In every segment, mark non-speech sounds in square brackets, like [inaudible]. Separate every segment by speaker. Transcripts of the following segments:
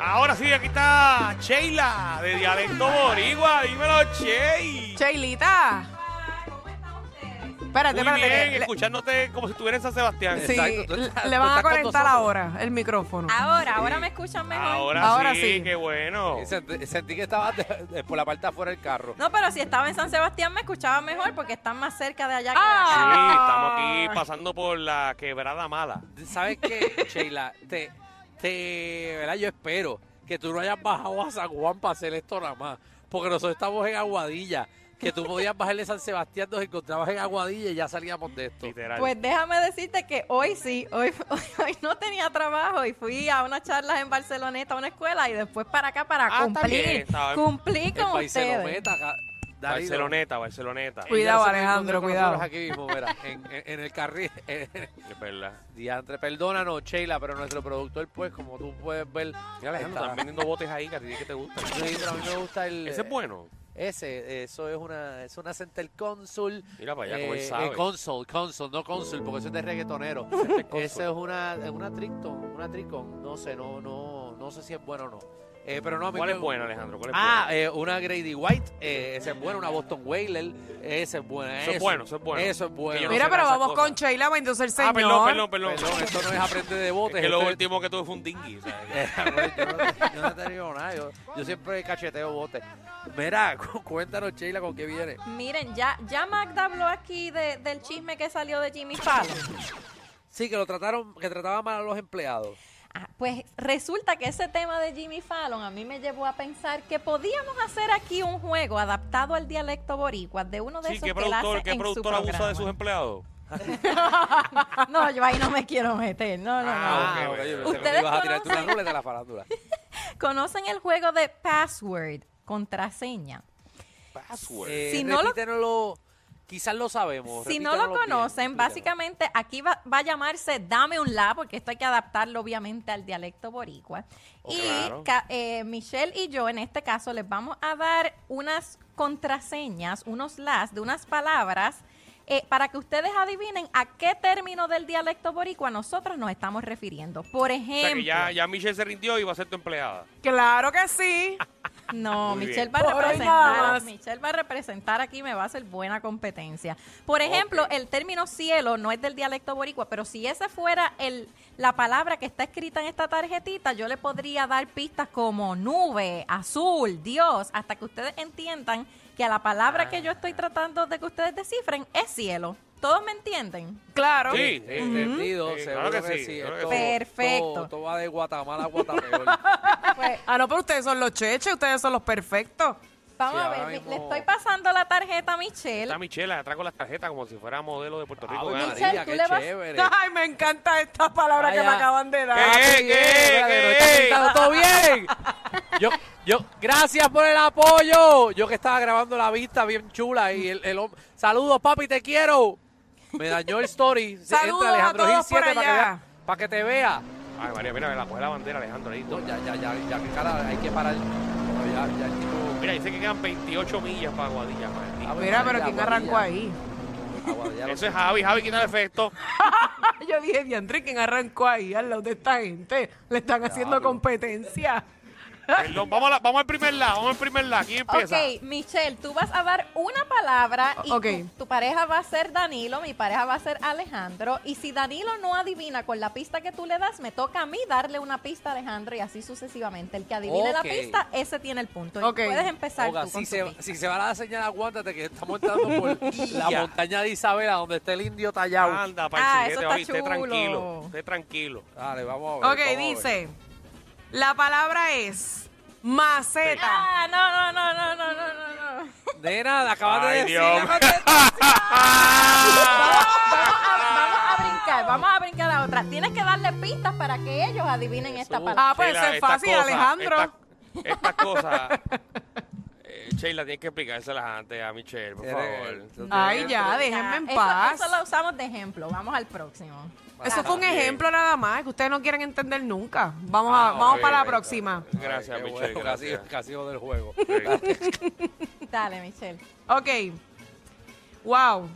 Speaker 1: Ahora sí, aquí está Sheila de Dialecto Borigua. Dímelo, Sheila.
Speaker 2: Chailita. Espérate,
Speaker 1: Muy
Speaker 2: espérate.
Speaker 1: bien,
Speaker 2: que le-
Speaker 1: escuchándote como si estuviera en San Sebastián.
Speaker 2: sí,
Speaker 3: Exacto, tú estás-
Speaker 2: le van
Speaker 3: tú
Speaker 2: a
Speaker 3: estás con
Speaker 2: conectar
Speaker 3: nosotros. Ah,
Speaker 2: ahora el micrófono.
Speaker 4: Ahora, ahora me escuchan mejor.
Speaker 1: Ahora,
Speaker 2: Ahora
Speaker 1: sí,
Speaker 2: sí.
Speaker 1: qué bueno.
Speaker 3: Sentí, sentí que estabas de- de- por la parte de afuera del carro.
Speaker 4: No, pero si estaba en San Sebastián me escuchaba mejor porque están más cerca de allá que
Speaker 1: Sí,
Speaker 4: de acá.
Speaker 2: Ah.
Speaker 1: estamos aquí pasando por la quebrada mala.
Speaker 3: Pues, ¿Sabes qué, Sheila? Te, te, ¿verdad? Yo espero que tú no hayas bajado a San Juan para hacer esto nada más. Porque nosotros estamos en Aguadilla. Que tú podías bajarle a San Sebastián, nos encontrabas en Aguadilla y ya salíamos de esto.
Speaker 1: Literal.
Speaker 4: Pues déjame decirte que hoy sí, hoy, [laughs] hoy, hoy no tenía trabajo y fui a unas charlas en Barceloneta, a una escuela y después para acá para
Speaker 1: Ah, está bien,
Speaker 4: cumplir.
Speaker 1: está bien.
Speaker 4: Cumplí
Speaker 3: El
Speaker 4: con
Speaker 3: país se lo
Speaker 4: ustedes.
Speaker 3: meta. ca- Danilo.
Speaker 1: Barceloneta, Barceloneta.
Speaker 3: Ella
Speaker 2: Cuidado,
Speaker 3: se encontró
Speaker 2: Alejandro,
Speaker 3: con
Speaker 2: cuidado.
Speaker 3: nosotros Aquí mismo, mira, en, en- en el carril. [laughs] en-
Speaker 1: Es verdad.
Speaker 3: Diantre, perdónanos, Sheila, pero nuestro productor, pues, como tú puedes ver,
Speaker 1: Mira, Alejandro,
Speaker 3: está-
Speaker 1: están vendiendo botes ahí, que a ti que te gusta.
Speaker 3: Sí, pero a mí me gusta el.
Speaker 1: Ese es bueno.
Speaker 3: Ese, eso es una, es una Center Console.
Speaker 1: Mira para allá,
Speaker 3: eh,
Speaker 1: como él
Speaker 3: eh,
Speaker 1: sabe. Oh.
Speaker 3: console, console, no console, porque eso es de
Speaker 1: [laughs]
Speaker 3: reggaetonero.
Speaker 1: Console.
Speaker 3: Esa es una, es una Tricton, una Tricton, no sé, no, no, no sé si es bueno o no. Eh, pero no, a mí
Speaker 1: ¿Cuál
Speaker 3: me-
Speaker 1: es bueno, Alejandro? ¿Cuál es
Speaker 3: Ah, eh, una Grady White, eh, esa es buena, una Boston Whaler, esa es buena.
Speaker 1: Eso es bueno, eso es bueno.
Speaker 3: Eso es bueno.
Speaker 1: Que yo no
Speaker 2: Mira,
Speaker 1: sé
Speaker 2: pero
Speaker 1: nada de
Speaker 2: vamos
Speaker 1: esas
Speaker 2: con
Speaker 1: cosas.
Speaker 2: Sheila para entonces el
Speaker 1: bueno?
Speaker 2: señor.
Speaker 1: Ah, perdón, perdón, perdón.
Speaker 3: Perdón, esto no es aprender de
Speaker 1: Es este.
Speaker 3: botes.
Speaker 1: que lo
Speaker 3: esto es-
Speaker 1: último que tuve fue un dinghy. ¿sabes?
Speaker 3: [laughs] Eh, yo, no, yo no te digo nada, yo, yo siempre cacheteo botes. Mira, [laughs] cu- cuéntanos, Sheila, con qué viene.
Speaker 4: Miren, ya, ya Magda habló aquí de- del chisme que salió de Jimmy Fallon.
Speaker 3: Sí, que lo trataron, que trataba mal a los empleados.
Speaker 4: Ah, Pues resulta que ese tema de Jimmy Fallon a mí me llevó a pensar que podíamos hacer aquí un juego adaptado al dialecto boricua de uno de
Speaker 1: Sí,
Speaker 4: esos
Speaker 1: ¿qué
Speaker 4: que él hace
Speaker 1: productor, qué
Speaker 4: en su
Speaker 1: productor abusa de sus
Speaker 4: programa.
Speaker 1: empleados?
Speaker 4: [laughs] No, yo ahí no me quiero meter. No, no, no.
Speaker 1: Ah, ok,
Speaker 3: ok,
Speaker 1: ok.
Speaker 3: yo pensé que
Speaker 4: Ustedes
Speaker 3: me ibas a tirar tú una
Speaker 4: conocen-
Speaker 3: ruleta a la farándula.
Speaker 1: [laughs]
Speaker 4: ¿Conocen el juego de password, contraseña?
Speaker 1: Password.
Speaker 3: Eh,
Speaker 4: Si no lo-
Speaker 3: repítenoslo, quizás lo sabemos.
Speaker 4: Si no lo
Speaker 3: repítenoslo bien,
Speaker 4: conocen,
Speaker 3: explícanos.
Speaker 4: básicamente aquí va, va a llamarse Dame un la, porque esto hay que adaptarlo obviamente al dialecto boricua.
Speaker 1: Oh,
Speaker 4: y
Speaker 1: claro.
Speaker 4: ca- eh, Michelle y yo en este caso les vamos a dar unas contraseñas, unos las de unas palabras. eh, para que ustedes adivinen a qué término del dialecto boricua nosotros nos estamos refiriendo. Por
Speaker 1: O sea que
Speaker 4: ejemplo,
Speaker 1: ya, ya Michelle se rindió y va a ser tu empleada.
Speaker 2: Claro que sí.
Speaker 4: No,
Speaker 1: Muy
Speaker 4: Michelle
Speaker 1: bien.
Speaker 4: va a
Speaker 2: Por hoy nada
Speaker 4: representar.
Speaker 2: más.
Speaker 4: Michelle va a representar aquí, me va a hacer buena competencia. Por ejemplo, el término cielo no es del dialecto boricua, pero si esa fuera el, la palabra que está escrita en esta tarjetita, yo le podría dar pistas como nube, azul, Dios, hasta que ustedes entiendan que a la palabra que yo
Speaker 3: Ah.
Speaker 4: estoy tratando de que ustedes descifren es cielo. ¿Todos me entienden?
Speaker 2: Claro.
Speaker 1: Sí,
Speaker 3: Sí, entendido,
Speaker 1: Sí,
Speaker 3: Eh, seguro
Speaker 1: claro que
Speaker 3: que,
Speaker 1: sí,
Speaker 3: sí.
Speaker 1: claro que
Speaker 3: esto-
Speaker 4: sí. Perfecto.
Speaker 3: Todo, todo va de Guatemala a Guatepeor.
Speaker 4: Pues,
Speaker 2: Ah, no, pero ustedes son los cheches, ustedes son los perfectos.
Speaker 4: vamos
Speaker 3: Sí,
Speaker 4: a ver,
Speaker 3: ahora
Speaker 4: le-
Speaker 3: mismo-
Speaker 4: le estoy pasando la tarjeta a Michelle.
Speaker 1: Está Michelle, atrás con las tarjetas como si fuera modelo de Puerto Rico.
Speaker 3: Ave
Speaker 1: gana.
Speaker 4: Michelle,
Speaker 3: Ah, María,
Speaker 4: tú
Speaker 3: qué
Speaker 4: le vas-
Speaker 3: chévere.
Speaker 2: Ay, me encanta esta palabra que
Speaker 3: Vaya.
Speaker 2: me acaban de dar.
Speaker 1: ¿Qué?
Speaker 3: Papi, eh, espérate, no está pintado todo bien. Yo, yo, gracias por el apoyo. Yo que estaba grabando la vista bien chula y el, el hom- saludos papi, te quiero. Me dañó el story. Se-
Speaker 2: Saludos
Speaker 3: Entra Alejandro
Speaker 2: a
Speaker 3: Gil
Speaker 2: todos por
Speaker 3: 7 para que,
Speaker 2: allá.
Speaker 3: vea- pa' que te vea.
Speaker 1: Ay, María, mira, mira, coge la bandera, Alejandro. ahí.
Speaker 3: No, ya, ya, ya, ya, que cara, hay que parar. No, ya, ya, el tipo-
Speaker 1: Mira, dice que quedan 28 millas para Guadilla. maldito.
Speaker 3: Ave
Speaker 2: Mira, pero
Speaker 3: María,
Speaker 2: ¿quién
Speaker 3: María.
Speaker 2: arrancó ahí? [laughs]
Speaker 3: Agua, Ah, ya lo-
Speaker 1: Eso es Javi, Javi quita el
Speaker 4: [laughs]
Speaker 1: efecto.
Speaker 2: Yo dije, diantre, ¿quién arrancó ahí al lado de esta gente? Le están haciendo competencia.
Speaker 1: Perdón, vamos, a la- vamos al primer lado, vamos al primer lado. ¿Quién empieza?
Speaker 4: Ok, Michelle, tú vas a dar una palabra y
Speaker 2: Ok.
Speaker 4: tu, tu pareja va a ser Danilo, mi pareja va a ser Alejandro. Y si Danilo no adivina con la pista que tú le das, me toca a mí darle una pista a Alejandro y así sucesivamente. El que adivine la
Speaker 3: Ok.
Speaker 4: pista, ese tiene el punto.
Speaker 2: Ok.
Speaker 4: Puedes empezar
Speaker 3: Olga,
Speaker 4: tú con
Speaker 3: si,
Speaker 4: tu
Speaker 3: se,
Speaker 4: pista.
Speaker 3: si se va la señal, aguántate que estamos entrando por
Speaker 2: [laughs]
Speaker 1: Ya.
Speaker 3: la montaña de Isabela, donde está el indio tallado.
Speaker 1: Anda,
Speaker 4: Ah,
Speaker 1: parcillete,
Speaker 4: eso
Speaker 1: Javi,
Speaker 4: está
Speaker 1: esté
Speaker 4: chulo.
Speaker 1: tranquilo, esté tranquilo.
Speaker 3: Dale, vamos a ver.
Speaker 2: Ok,
Speaker 3: vamos a ver.
Speaker 2: dice, la palabra es maceta.
Speaker 4: Ah, no, no, no, no, no, no, no, no.
Speaker 3: Nena, acabas de
Speaker 1: Ay,
Speaker 3: decir.
Speaker 1: Dios. [laughs]
Speaker 3: acabas de decir.
Speaker 4: Vamos, vamos a, vamos a brincar, vamos a brincar a otra. Tienes que darle pistas para que ellos adivinen esta
Speaker 3: Jesús.
Speaker 4: palabra.
Speaker 2: Ah, pues
Speaker 1: Sheila,
Speaker 2: eso es
Speaker 1: estas
Speaker 2: fácil,
Speaker 1: cosas,
Speaker 2: Alejandro.
Speaker 1: estas- Estas cosas.
Speaker 2: [laughs]
Speaker 1: eh, Sheila, tienes que explicárselas antes a Michelle, por favor.
Speaker 3: Eres-
Speaker 2: Ay, ya, Ah, déjenme en paz.
Speaker 4: Eso, eso lo usamos de ejemplo. Vamos al próximo.
Speaker 2: Eso fue un
Speaker 1: bien. Ah,
Speaker 2: ejemplo nada más, que ustedes no quieren entender nunca. Vamos, a, vamos
Speaker 1: ok,
Speaker 2: para la
Speaker 1: venga.
Speaker 2: próxima.
Speaker 1: Gracias,
Speaker 3: Ay, qué
Speaker 1: Michelle,
Speaker 3: bueno,
Speaker 1: gracias.
Speaker 3: Casi, casi jodo el juego.
Speaker 1: Sí.
Speaker 4: Dale, Michelle.
Speaker 2: Ok. Wow.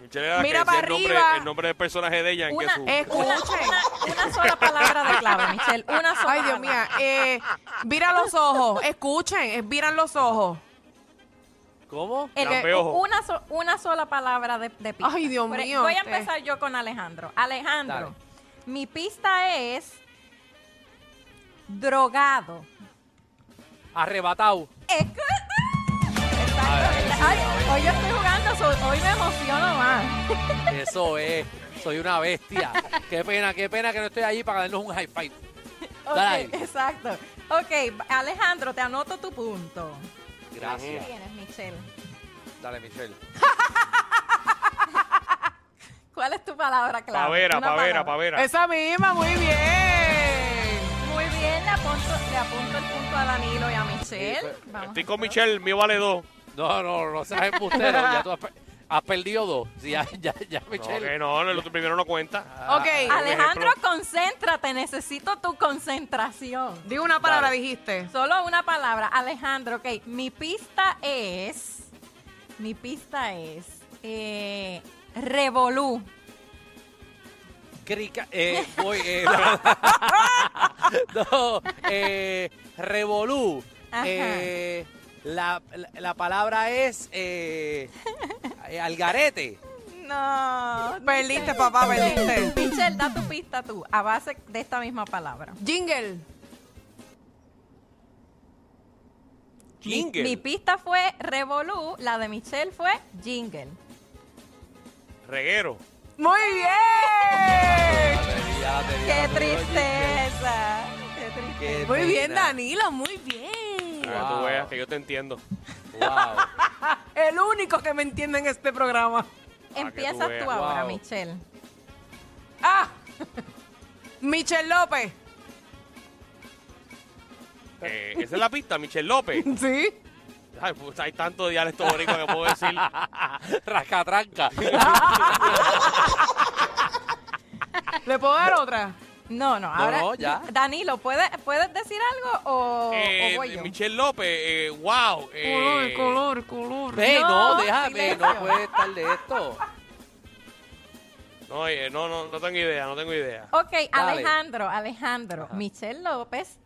Speaker 1: Michelle era la
Speaker 2: Mira
Speaker 1: que
Speaker 2: para
Speaker 1: decía el nombre,
Speaker 2: arriba.
Speaker 1: el nombre del personaje de ella en
Speaker 4: Una-
Speaker 1: que su...
Speaker 2: Escuche.
Speaker 4: Una, una- una sola palabra de clave, Michelle. Una sola.
Speaker 2: Ay, Dios mío. Eh, vira los ojos. Escuchen, eh, viran los ojos.
Speaker 3: ¿Cómo?
Speaker 4: El-
Speaker 1: Lambe ojo.
Speaker 4: Eh, una, so- una sola palabra de, de pista.
Speaker 2: Ay, Dios
Speaker 4: Por-
Speaker 2: mío, este.
Speaker 4: Voy a
Speaker 2: usted.
Speaker 4: empezar yo con Alejandro. Alejandro,
Speaker 3: Dale.
Speaker 4: mi pista es drogado. Eh,
Speaker 3: Arrebatado.
Speaker 4: Es que- Ah. Ay, hoy yo estoy jugando, so- hoy me emociono más.
Speaker 3: Eso es. Soy una bestia. Qué pena, qué pena que no estoy allí para darnos un high five. Dale
Speaker 4: Ok,
Speaker 3: ahí.
Speaker 4: exacto. Ok, Alejandro, te anoto tu punto.
Speaker 3: Gracias.
Speaker 4: Tienes, Michelle.
Speaker 3: Dale, Michelle.
Speaker 4: ¿Cuál es tu palabra clave?
Speaker 1: Pavera,
Speaker 4: Una
Speaker 1: pavera,
Speaker 4: palabra.
Speaker 1: pavera.
Speaker 2: Esa misma, muy bien.
Speaker 4: Muy bien, le apunto, le apunto el punto a Danilo y a Michelle.
Speaker 3: Sí, pues,
Speaker 4: Vamos
Speaker 1: Estoy
Speaker 4: a-
Speaker 1: con Michelle, mío vale dos.
Speaker 3: No, no, no seas embustero. ya tú has, per- has perdido dos. Sí, ya, ya, ya,
Speaker 1: No,
Speaker 3: Michelle.
Speaker 1: que no, el otro primero no cuenta.
Speaker 3: Ah,
Speaker 2: Ok.
Speaker 1: ah,
Speaker 4: Alejandro,
Speaker 1: ejemplo.
Speaker 4: concéntrate, necesito tu concentración.
Speaker 2: Digo una palabra,
Speaker 3: Dale.
Speaker 2: dijiste.
Speaker 4: Solo una palabra, Alejandro, ok. Mi pista es. Mi pista es. Eh, revolú.
Speaker 3: Crica,
Speaker 2: [laughs]
Speaker 3: eh, voy, eh, [laughs] no, eh, revolú.
Speaker 4: Ajá.
Speaker 3: Eh, la, la, la palabra es eh, eh, algarete.
Speaker 4: No.
Speaker 2: Perdiste, papá, perdiste.
Speaker 4: Michelle, da tu pista tú, a base de esta misma palabra.
Speaker 2: Jingle.
Speaker 1: Jingle.
Speaker 4: Mi, mi pista fue revolú, la de Michelle fue jingle.
Speaker 1: Reguero.
Speaker 2: Muy bien.
Speaker 4: ¡Qué
Speaker 3: Qué
Speaker 4: tristeza! ¡Qué tristeza!
Speaker 2: Muy bien, Danilo, muy bien.
Speaker 1: Ah, tú
Speaker 3: Wow.
Speaker 1: veas que yo te entiendo.
Speaker 3: [laughs] Wow.
Speaker 2: El único que me entiende en este programa.
Speaker 1: que tú
Speaker 4: Empiezas
Speaker 1: veas.
Speaker 4: tú ahora,
Speaker 3: Wow.
Speaker 4: Michelle.
Speaker 2: Ah, Michelle López.
Speaker 1: Eh, esa es la pista, Michelle
Speaker 2: [laughs]
Speaker 1: López.
Speaker 2: Sí.
Speaker 1: Ay, pues, hay tanto dialecto boricua que puedo decir.
Speaker 2: [laughs]
Speaker 3: Rascatranca.
Speaker 2: ¿Le puedo dar otra?
Speaker 4: No, no, ahora.
Speaker 3: no, ya.
Speaker 4: Danilo, ¿puedes, ¿puedes decir algo o,
Speaker 1: Eh,
Speaker 4: o voy yo?
Speaker 1: Michelle López, eh, wow. eh,
Speaker 2: color.
Speaker 3: Ve, no,
Speaker 4: No,
Speaker 3: déjame,
Speaker 4: silencio.
Speaker 3: no puede estar de esto.
Speaker 1: No, eh, no, no, no tengo idea, no tengo idea.
Speaker 4: Ok,
Speaker 3: Dale.
Speaker 4: Alejandro, Alejandro.
Speaker 3: Ajá.
Speaker 4: Michelle López,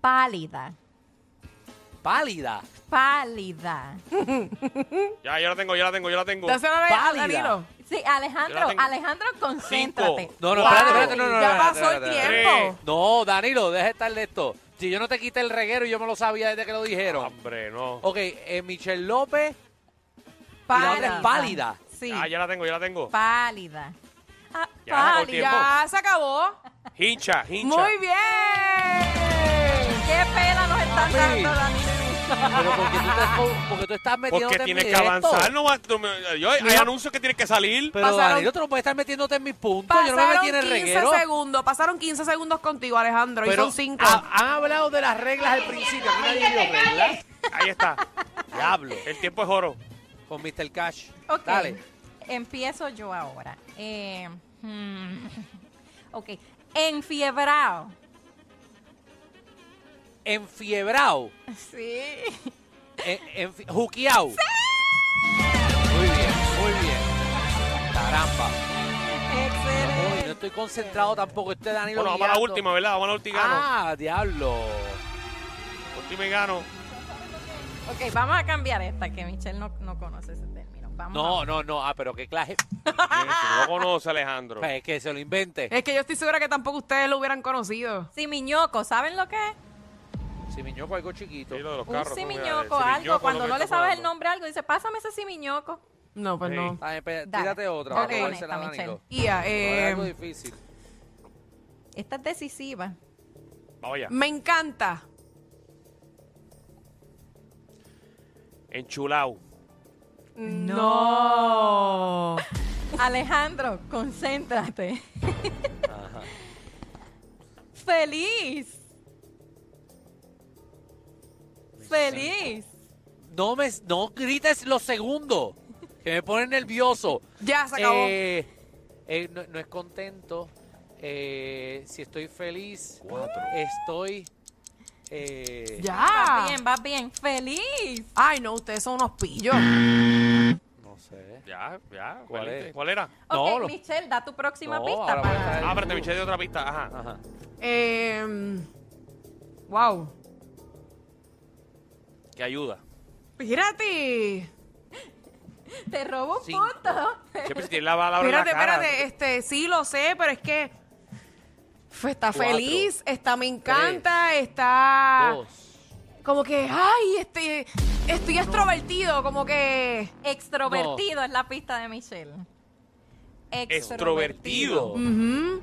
Speaker 4: pálida.
Speaker 3: Pálida.
Speaker 4: Pálida.
Speaker 1: Ya, yo la tengo, yo la tengo, yo la tengo.
Speaker 2: Dásela a
Speaker 3: Pálida.
Speaker 2: Danilo.
Speaker 4: Sí,
Speaker 1: Yo la
Speaker 4: Alejandro,
Speaker 1: tengo.
Speaker 4: Alejandro, concéntrate.
Speaker 1: Cinco.
Speaker 3: No, no,
Speaker 1: Wow.
Speaker 3: espérate, espérate, no, no, no.
Speaker 2: ya
Speaker 3: espérate,
Speaker 2: pasó el
Speaker 3: espérate, espérate.
Speaker 2: tiempo.
Speaker 3: No, Danilo, deja de estar de esto. Si yo no te quité el reguero, yo me lo sabía desde que lo dijeron.
Speaker 1: Hombre, no.
Speaker 4: Oh,
Speaker 3: Ok, eh, Michelle López,
Speaker 4: Pálida.
Speaker 3: la otra es pálida.
Speaker 4: Sí.
Speaker 1: Ah, ya la tengo, ya la tengo.
Speaker 4: Pálida. Ah,
Speaker 1: Ya, acabó el
Speaker 4: pálida.
Speaker 1: tiempo.
Speaker 2: Ya se acabó.
Speaker 1: Hincha, hincha.
Speaker 2: Muy bien.
Speaker 4: Qué pela nos están
Speaker 3: Papi.
Speaker 4: dando, Danilo y Michelle.
Speaker 3: Pero porque tú, te, co- porque tú estás
Speaker 1: Porque
Speaker 3: metiéndote en
Speaker 1: tienes
Speaker 3: mi
Speaker 1: que
Speaker 3: esto.
Speaker 1: avanzar, no va- tú me- yo- hay
Speaker 2: Mira.
Speaker 1: anuncios que tienes que salir.
Speaker 3: Pero
Speaker 2: Pasaron-
Speaker 3: Danilo, tú no puedes estar metiéndote en mis puntos. Yo no me
Speaker 2: Pasaron
Speaker 3: metí en el
Speaker 2: 15
Speaker 3: reguero.
Speaker 2: segundos. Pasaron 15 segundos contigo, Alejandro. y
Speaker 3: Pero ah.
Speaker 2: son 5.
Speaker 3: ha- han hablado de las reglas al principio. Aquí nadie dio reglas.
Speaker 1: Ahí está.
Speaker 3: Diablo.
Speaker 1: El tiempo es oro.
Speaker 3: Con Mr. Cash.
Speaker 4: Ok.
Speaker 3: Dale.
Speaker 4: Empiezo yo ahora. Eh, hmm, ok. Enfiebrado.
Speaker 3: Enfiebrao.
Speaker 4: Sí.
Speaker 3: En, enfi- juqueao. Muy bien, muy bien. Caramba. Uy, no
Speaker 4: Excelente.
Speaker 3: estoy concentrado tampoco. Este Danilo.
Speaker 1: Bueno, vamos a la
Speaker 3: guiando.
Speaker 1: última, ¿verdad? Vamos a la última y gano.
Speaker 3: Ah, diablo.
Speaker 1: Última y
Speaker 4: [laughs]
Speaker 1: gano. Eh,
Speaker 4: Ok, vamos a cambiar esta, que Michelle no, no conoce ese término. Vamos
Speaker 3: No,
Speaker 4: a-
Speaker 3: no, no. Ah, pero qué clase.
Speaker 1: no lo conoce, Alejandro.
Speaker 3: Pues que se lo invente.
Speaker 2: Es que yo estoy segura que tampoco ustedes lo hubieran conocido.
Speaker 4: Simiñoco, ¿saben lo que es?
Speaker 3: Si mi ñoco algo chiquito.
Speaker 1: Sí, lo de los
Speaker 4: Un
Speaker 1: carros, ¿cómo era? El
Speaker 4: simiñoco, algo.
Speaker 1: simiñoco,
Speaker 4: Cuando
Speaker 1: que
Speaker 4: no
Speaker 1: me
Speaker 4: le
Speaker 1: está
Speaker 4: sabes el
Speaker 1: sonando.
Speaker 4: nombre a algo, dice, pásame ese simiñoco.
Speaker 2: No, pues
Speaker 1: Sí.
Speaker 2: no.
Speaker 3: Dale, Ah, eh, pe-
Speaker 4: Dale.
Speaker 3: tírate otra.
Speaker 4: Dale,
Speaker 3: para
Speaker 4: con
Speaker 3: dársela
Speaker 4: esta,
Speaker 3: a Danilo.
Speaker 2: Ia,
Speaker 3: Ahora
Speaker 2: eh,
Speaker 3: algo difícil.
Speaker 4: Esta es decisiva.
Speaker 1: Vamos allá.
Speaker 2: me encanta.
Speaker 1: Enchulao.
Speaker 2: No.
Speaker 4: Alejandro, concéntrate. Feliz. Feliz.
Speaker 3: No me, no grites los segundos. Que me pones nervioso.
Speaker 2: [laughs] Ya Ah, se acabó.
Speaker 3: Eh, eh, no, no es contento. Eh, si estoy feliz. Estoy. eh,
Speaker 2: ya.
Speaker 4: ah, Vas bien, vas bien. Feliz.
Speaker 2: Ay, no, ustedes son unos pillos.
Speaker 3: No sé. sé.
Speaker 1: Ya, ya.
Speaker 3: ¿Cuál
Speaker 1: perdiste.
Speaker 3: es?
Speaker 1: ¿Cuál era?
Speaker 4: Ok,
Speaker 3: No, lo-
Speaker 4: Michelle, da tu próxima
Speaker 3: No,
Speaker 4: pista.
Speaker 3: ahora voy a
Speaker 4: para-
Speaker 3: traer-
Speaker 1: Ah, pero te piché de otra pista. Ajá.
Speaker 3: Ajá.
Speaker 2: Eh, wow.
Speaker 1: Que ayuda.
Speaker 2: Espérate.
Speaker 4: Te robo un
Speaker 1: Cinco.
Speaker 4: punto.
Speaker 1: Siempre se tiene la palabra en la
Speaker 2: Espérate,
Speaker 1: cara.
Speaker 2: espérate. Este, sí, lo sé, pero es que. Fue- Está
Speaker 3: Cuatro,
Speaker 2: feliz, está me encanta, está.
Speaker 3: Dos.
Speaker 2: Como que, ay, este, estoy extrovertido, como que.
Speaker 4: Extrovertido es la pista de Michelle.
Speaker 1: Extrovertido.
Speaker 2: ujú.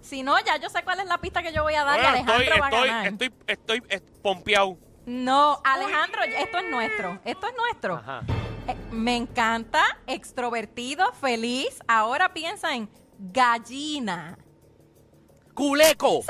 Speaker 4: Si no, ya yo sé cuál es la pista que yo voy a dar y
Speaker 1: Bueno,
Speaker 4: Alejandro
Speaker 1: estoy,
Speaker 4: va a
Speaker 1: estoy,
Speaker 4: ganar.
Speaker 1: estoy, estoy, est- pompeado.
Speaker 4: No, Alejandro, esto es nuestro. Esto es nuestro.
Speaker 3: Ajá.
Speaker 4: Eh, me encanta, extrovertido, feliz. Ahora piensa en gallina.
Speaker 3: ¡Culeco!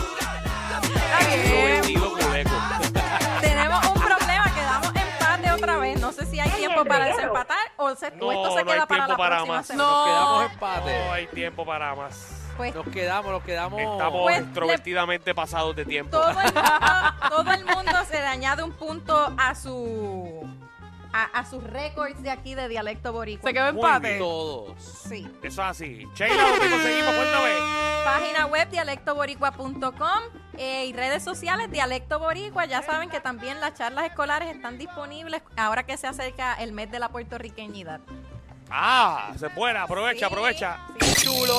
Speaker 2: Está bien.
Speaker 1: Extrovertido culeco.
Speaker 4: Eh, Tenemos un problema, quedamos empate otra vez. No sé si hay tiempo para desempatar o, se- o
Speaker 1: No,
Speaker 4: esto se
Speaker 1: no hay
Speaker 4: queda para la
Speaker 1: tiempo para
Speaker 4: próxima
Speaker 1: más.
Speaker 4: semana.
Speaker 3: Nos
Speaker 2: No.
Speaker 3: quedamos
Speaker 1: No
Speaker 3: empate.
Speaker 1: hay tiempo para más.
Speaker 4: Pues
Speaker 3: Nos quedamos, nos quedamos.
Speaker 1: Estamos
Speaker 4: Pues, le-
Speaker 1: extrovertidamente pasados de tiempo.
Speaker 4: todo el mundo, todo el mundo se le añade un punto a su a, a sus récords de aquí de dialecto boricua.
Speaker 2: Se quedó
Speaker 1: Muy
Speaker 2: empate.
Speaker 1: bien.
Speaker 3: todos.
Speaker 4: Sí.
Speaker 1: Eso es así. Sheila, ¿dónde conseguimos? Cuéntame.
Speaker 4: Página web dialectoboricua.com eh, y redes sociales Dialecto Boricua. Ya saben que también las charlas escolares están disponibles ahora que se acerca el mes de la puertorriqueñidad.
Speaker 1: Ah, se fuera. Aprovecha,
Speaker 4: Sí,
Speaker 1: aprovecha.
Speaker 4: sí.
Speaker 1: Chulo.